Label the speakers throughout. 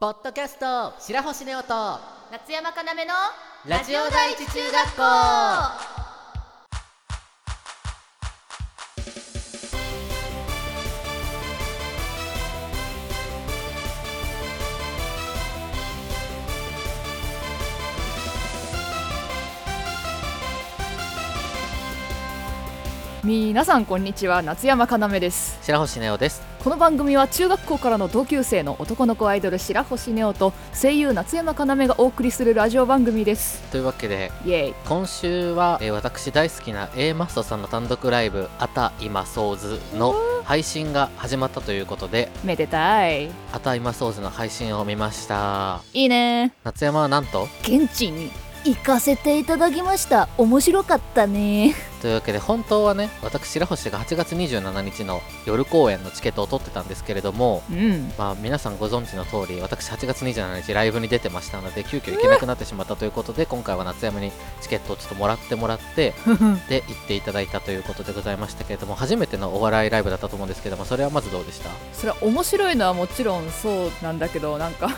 Speaker 1: ポッドキャスト白星ネオと
Speaker 2: 夏山かなめの
Speaker 1: ラジオ第一中学校
Speaker 3: 皆さんこんにちは夏山かなめです
Speaker 1: 白星ネオです
Speaker 3: この番組は中学校からの同級生の男の子アイドル白星ネオと声優夏山かなめがお送りするラジオ番組です
Speaker 1: というわけで
Speaker 3: イエーイ
Speaker 1: 今週は、えー私大好きな A マストさんの単独ライブ「あた今そうず」の配信が始まったということで
Speaker 3: めでたい
Speaker 1: 「あた今そうず」の配信を見ました
Speaker 3: いいね
Speaker 1: 夏山はなんと
Speaker 3: 現地に行かせていただきました面白かったね
Speaker 1: というわけで本当はね私白星が8月27日の夜公演のチケットを取ってたんですけれども
Speaker 3: うん
Speaker 1: まあ、皆さんご存知の通り私8月27日ライブに出てましたので急遽行けなくなってしまったということで今回は夏山にチケットをちょっともらってもらってで行っていただいたということでございましたけれども初めてのお笑いライブだったと思うんですけどもそれはまずどうでした
Speaker 3: それは面白いのはもちろんそうなんだけどなんか、
Speaker 1: うん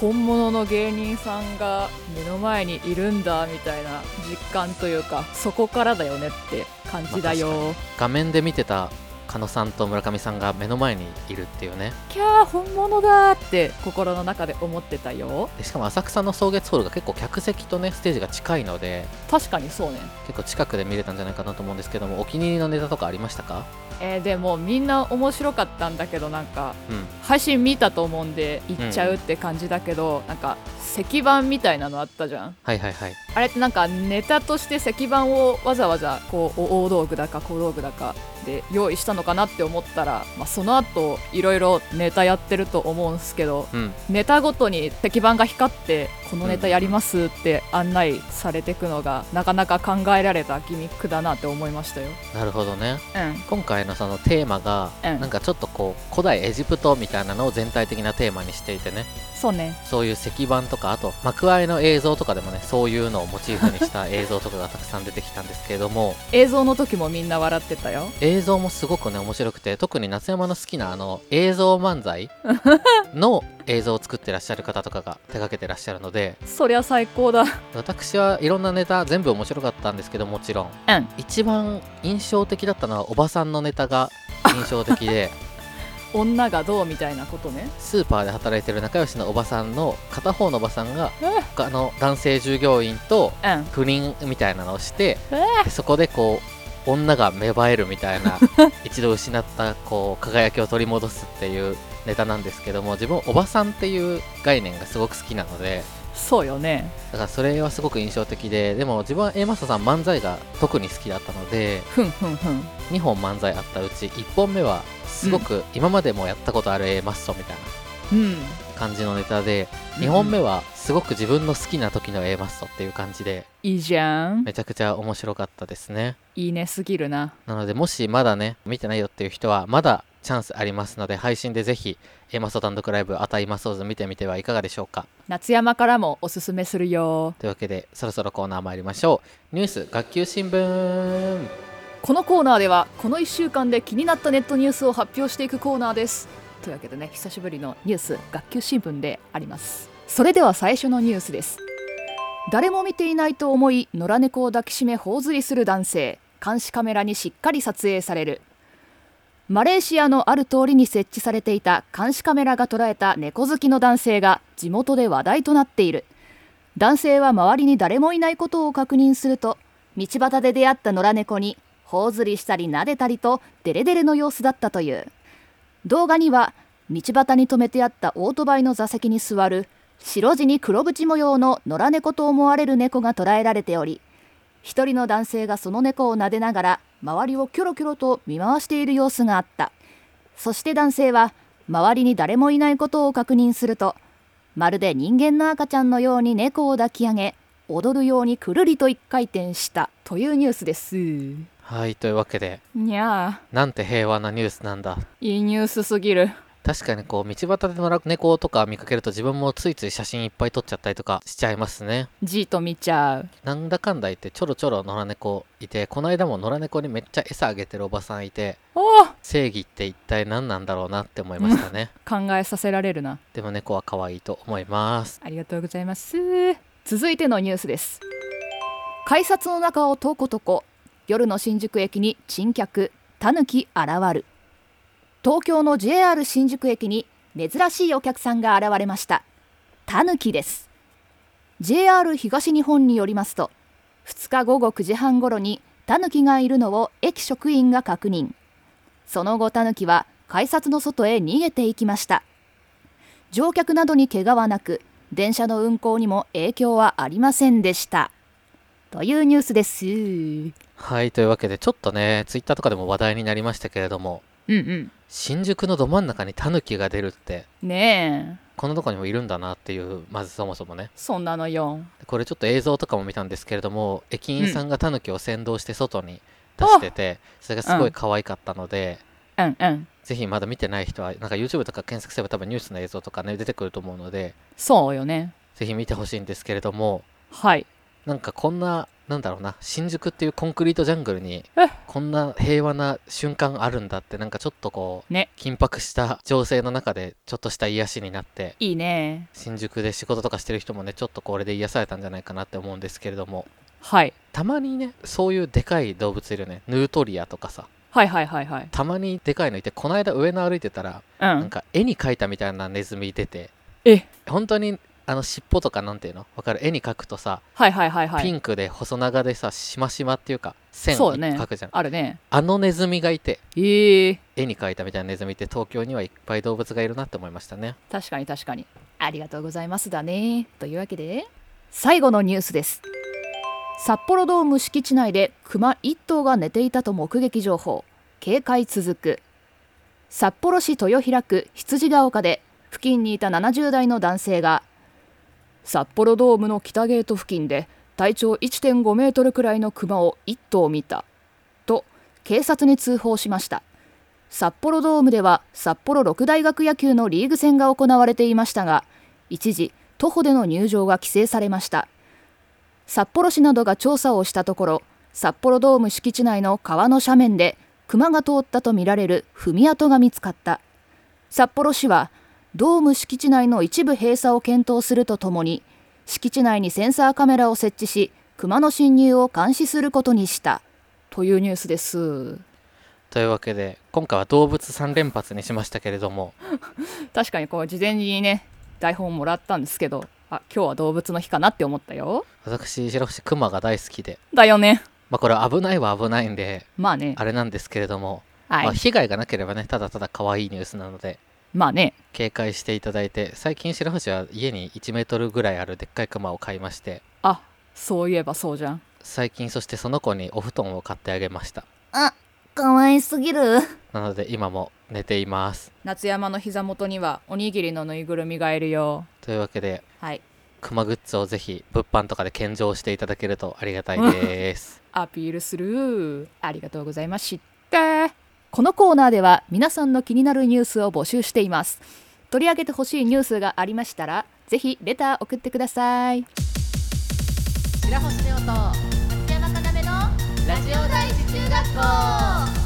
Speaker 3: 本物の芸人さんが目の前にいるんだみたいな実感というかそこからだよねって感じだよ、
Speaker 1: まあ画面で見てた狩野さんと村上さんが目の前にいるっていうね
Speaker 3: キャー本物だーって心の中で思ってたよ
Speaker 1: でしかも浅草の草月ホールが結構客席とねステージが近いので
Speaker 3: 確かにそうね
Speaker 1: 結構近くで見れたんじゃないかなと思うんですけどもお気に入りのネタとかありましたか
Speaker 3: えーでもみんな面白かったんだけどなんか
Speaker 1: うん
Speaker 3: 配信見たと思うんで行っちゃうって感じだけど、なんか石板みたいなのあったじゃん
Speaker 1: はいはいはい
Speaker 3: あれってなんかネタとして石板をわざわざこうお大道具だか小道具だかで用意したのかなって思ったら、まあ、その後いろいろネタやってると思うんすけど
Speaker 1: うん
Speaker 3: ネタごとに石板が光ってこのネタやりますって案内されてくのがなかなか考えられたギミックだなって思いましたよ。
Speaker 1: なるほどね
Speaker 3: うん、
Speaker 1: 今回のそのテーマが、
Speaker 3: うん
Speaker 1: なんかちょっとこう古代エジプトみたいなのを全体的なテーマにしていてね
Speaker 3: そうね
Speaker 1: そういう石板とかあと幕あいの映像とかでもねそういうのをモチーフにした映像とかがたくさん出てきたんですけれども
Speaker 3: 映像の時もみんな笑ってたよ。
Speaker 1: 映像もすごくね面白くて特に夏山の好きなあの映像漫才の映像を作ってらっしゃる方とかが手掛けてらっしゃるので
Speaker 3: そりゃ最高だ。
Speaker 1: 私はいろんなネタ全部面白かったんですけどもちろん
Speaker 3: うん
Speaker 1: 一番印象的だったのはおばさんのネタが印象的で
Speaker 3: 女がどうみたいなことね。
Speaker 1: スーパーで働いてる仲良しのおばさんの片方のおばさんが
Speaker 3: え
Speaker 1: 他の男性従業員と
Speaker 3: うん、
Speaker 1: 不倫みたいなのをして
Speaker 3: え
Speaker 1: でそこでこう女が芽生えるみたいな一度失ったこう輝きを取り戻すっていうネタなんですけども自分おばさんっていう概念がすごく好きなので
Speaker 3: そうよね。
Speaker 1: だからそれはすごく印象的ででも自分は A マスターさん漫才が特に好きだったので
Speaker 3: ふんふんふん。
Speaker 1: 2本漫才あったうち1本目はすごく今までもやったことある A マストみたいな
Speaker 3: うん。
Speaker 1: 感じのネタで2本目はすごく自分の好きな時の A マストっていう感じで
Speaker 3: いいじゃん。
Speaker 1: めちゃくちゃ面白かったですね
Speaker 3: いいねすぎるな。
Speaker 1: なのでもしまだね見てないよっていう人はまだチャンスありますので配信でぜひ A マスト単独ライブ「あたいまそうず」見てみてはいかがでしょうか
Speaker 3: 夏山からもおすすめするよ。
Speaker 1: というわけでそろそろコーナー参りましょうニュース学級新聞
Speaker 3: このコーナーではこの1週間で気になったネットニュースを発表していくコーナーですというわけでね久しぶりのニュース学級新聞でありますそれでは最初のニュースです誰も見ていないと思い野良猫を抱きしめ頬ずりする男性監視カメラにしっかり撮影されるマレーシアのある通りに設置されていた監視カメラが捉えた猫好きの男性が地元で話題となっている男性は周りに誰もいないことを確認すると道端で出会った野良猫に頬ずりしたり撫でたりとデレデレの様子だったという動画には道端に止めてあったオートバイの座席に座る白地に黒縁模様の野良猫と思われる猫が捉えられており一人の男性がその猫を撫でながら周りをキョロキョロと見回している様子があったそして男性は周りに誰もいないことを確認するとまるで人間の赤ちゃんのように猫を抱き上げ踊るようにくるりと一回転したというニュースですに
Speaker 1: はいというわけで
Speaker 3: ゃあ
Speaker 1: なんて平和なニュースなんだ
Speaker 3: いいニュースすぎる
Speaker 1: 確かにこう道端で野良猫とか見かけると自分もついつい写真いっぱい撮っちゃったりとかしちゃいますね
Speaker 3: じーっと見ちゃう
Speaker 1: なんだかんだ言ってちょろちょろ野良猫いてこの間も野良猫にめっちゃ餌あげてるおばさんいて
Speaker 3: おー
Speaker 1: 正義って一体何なんだろうなって思いましたね
Speaker 3: 考えさせられるな
Speaker 1: でも猫は可愛いと思います
Speaker 3: ありがとうございます続いてのニュースです改札の中をとことこ夜の新宿駅に珍客タヌキ現る東京の JR 新宿駅に珍しいお客さんが現れましたタヌキです JR 東日本によりますと2日午後9時半ごろにタヌキがいるのを駅職員が確認その後タヌキは改札の外へ逃げていきました乗客などに怪我はなく電車の運行にも影響はありませんでしたというニュースですうん
Speaker 1: はいというわけでちょっとねツイッターとかでも話題になりましたけれども
Speaker 3: うん
Speaker 1: 新宿のど真ん中にタヌキが出るって
Speaker 3: ねえ
Speaker 1: こんなとこにもいるんだなっていうまずそもそもね
Speaker 3: そんなのよ
Speaker 1: これちょっと映像とかも見たんですけれども駅員さんがタヌキを先導して外に出してて、それがすごい可愛かったので、
Speaker 3: うんうん
Speaker 1: ぜひまだ見てない人はなんか YouTube とか検索すれば多分ニュースの映像とかね出てくると思うので
Speaker 3: そうよね
Speaker 1: ぜひ見てほしいんですけれども
Speaker 3: はい
Speaker 1: なんかこんななんだろうな新宿っていうコンクリートジャングルに
Speaker 3: え
Speaker 1: こんな平和な瞬間あるんだってなんかちょっとこう、
Speaker 3: ね
Speaker 1: 緊迫した情勢の中でちょっとした癒しになって
Speaker 3: いいね
Speaker 1: 新宿で仕事とかしてる人もねちょっとこれで癒されたんじゃないかなって思うんですけれども
Speaker 3: はい
Speaker 1: たまにねそういうでかい動物いるよねヌートリアとかさ
Speaker 3: はいはいはいはい
Speaker 1: たまにでかいのいてこの間上野歩いてたら、
Speaker 3: う
Speaker 1: なん
Speaker 3: ん
Speaker 1: か絵に描いたみたいなネズミ出て
Speaker 3: え
Speaker 1: 本当にあの尻尾とかなんていうのわかる絵に描くとさ、
Speaker 3: はいはいはいは
Speaker 1: ピ
Speaker 3: い
Speaker 1: ンクで細長でさしましまっていうか線
Speaker 3: そ
Speaker 1: を
Speaker 3: うね
Speaker 1: 描くじゃん、
Speaker 3: あるね
Speaker 1: あのネズミがいて
Speaker 3: ええ
Speaker 1: 絵に描いたみたいなネズミって東京にはいっぱい動物がいるなって思いましたね
Speaker 3: 確かに確かにありがとうございますだねというわけで最後のニュースです札幌ドーム敷地内でクマ1頭が寝ていたと目撃情報警戒続く札幌市豊平区羊ヶ丘で付近にいた70代の男性が札幌ドームの北ゲート付近で体長1.5メートルくらいのクマを1頭見たと警察に通報しました札幌ドームでは札幌六大学野球のリーグ戦が行われていましたが一時徒歩での入場が規制されました札幌市などが調査をしたところ札幌ドーム敷地内の川の斜面で熊が通ったとみられる踏み跡が見つかった札幌市はドーム敷地内の一部閉鎖を検討するとともに敷地内にセンサーカメラを設置し熊の侵入を監視することにしたというニュースです
Speaker 1: というわけで今回は動物3連発にしましたけれども
Speaker 3: 確かにこう事前にね台本もらったんですけどあ今日は動物の日かなって思ったよ
Speaker 1: 私白星クマが大好きで
Speaker 3: だよね
Speaker 1: まあこれは危ないは危ないんで
Speaker 3: まあね
Speaker 1: あれなんですけれども、
Speaker 3: はい
Speaker 1: ま
Speaker 3: ま
Speaker 1: あ、被害がなければねただただ可愛いニュースなので
Speaker 3: あね
Speaker 1: 警戒していただいて最近白星は家に1メートルぐらいあるでっかいクマを買いまして
Speaker 3: あそういえばそうじゃん
Speaker 1: 最近そしてその子にお布団を買ってあげました
Speaker 3: あかわいすぎる
Speaker 1: なので今も寝ています
Speaker 3: 夏山の膝元にはおにぎりのぬいぐるみがいるよ
Speaker 1: というわけで
Speaker 3: はい
Speaker 1: クマグッズをぜひ物販とかで献上していただけるとありがたいです
Speaker 3: アピールするありがとうございましたこのコーナーでは皆さんの気になるニュースを募集しています取り上げてほしいニュースがありましたらぜひレター送ってください白星亮と
Speaker 2: 松山かなめのラジオ第一中学校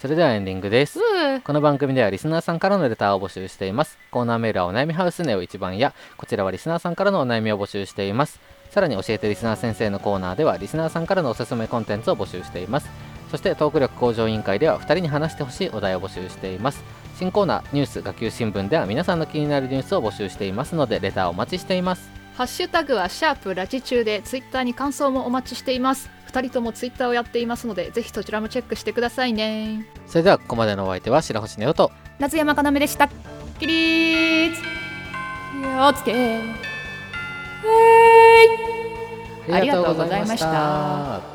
Speaker 1: それではエンディングです。この番組ではリスナーさんからのレターを募集しています。コーナーメールはお悩みハウスネオ一番や、こちらはリスナーさんからのお悩みを募集しています。さらに教えてリスナー先生のコーナーでは、リスナーさんからのおすすめコンテンツを募集しています。そしてトーク力向上委員会では、2人に話してほしいお題を募集しています。新コーナー、ニュース学級新聞では皆さんの気になるニュースを募集していますので、レターをお待ちしています。
Speaker 3: ハッシュタグはシャープラジ中でツイッターに感想もお待ちしています二人ともツイッターをやっていますのでぜひそちらもチェックしてくださいね
Speaker 1: それではここまでのお相手は白星ネオと、
Speaker 3: 夏山かなめでしたキリーズ気をつけ
Speaker 1: あ
Speaker 3: ありがとうございました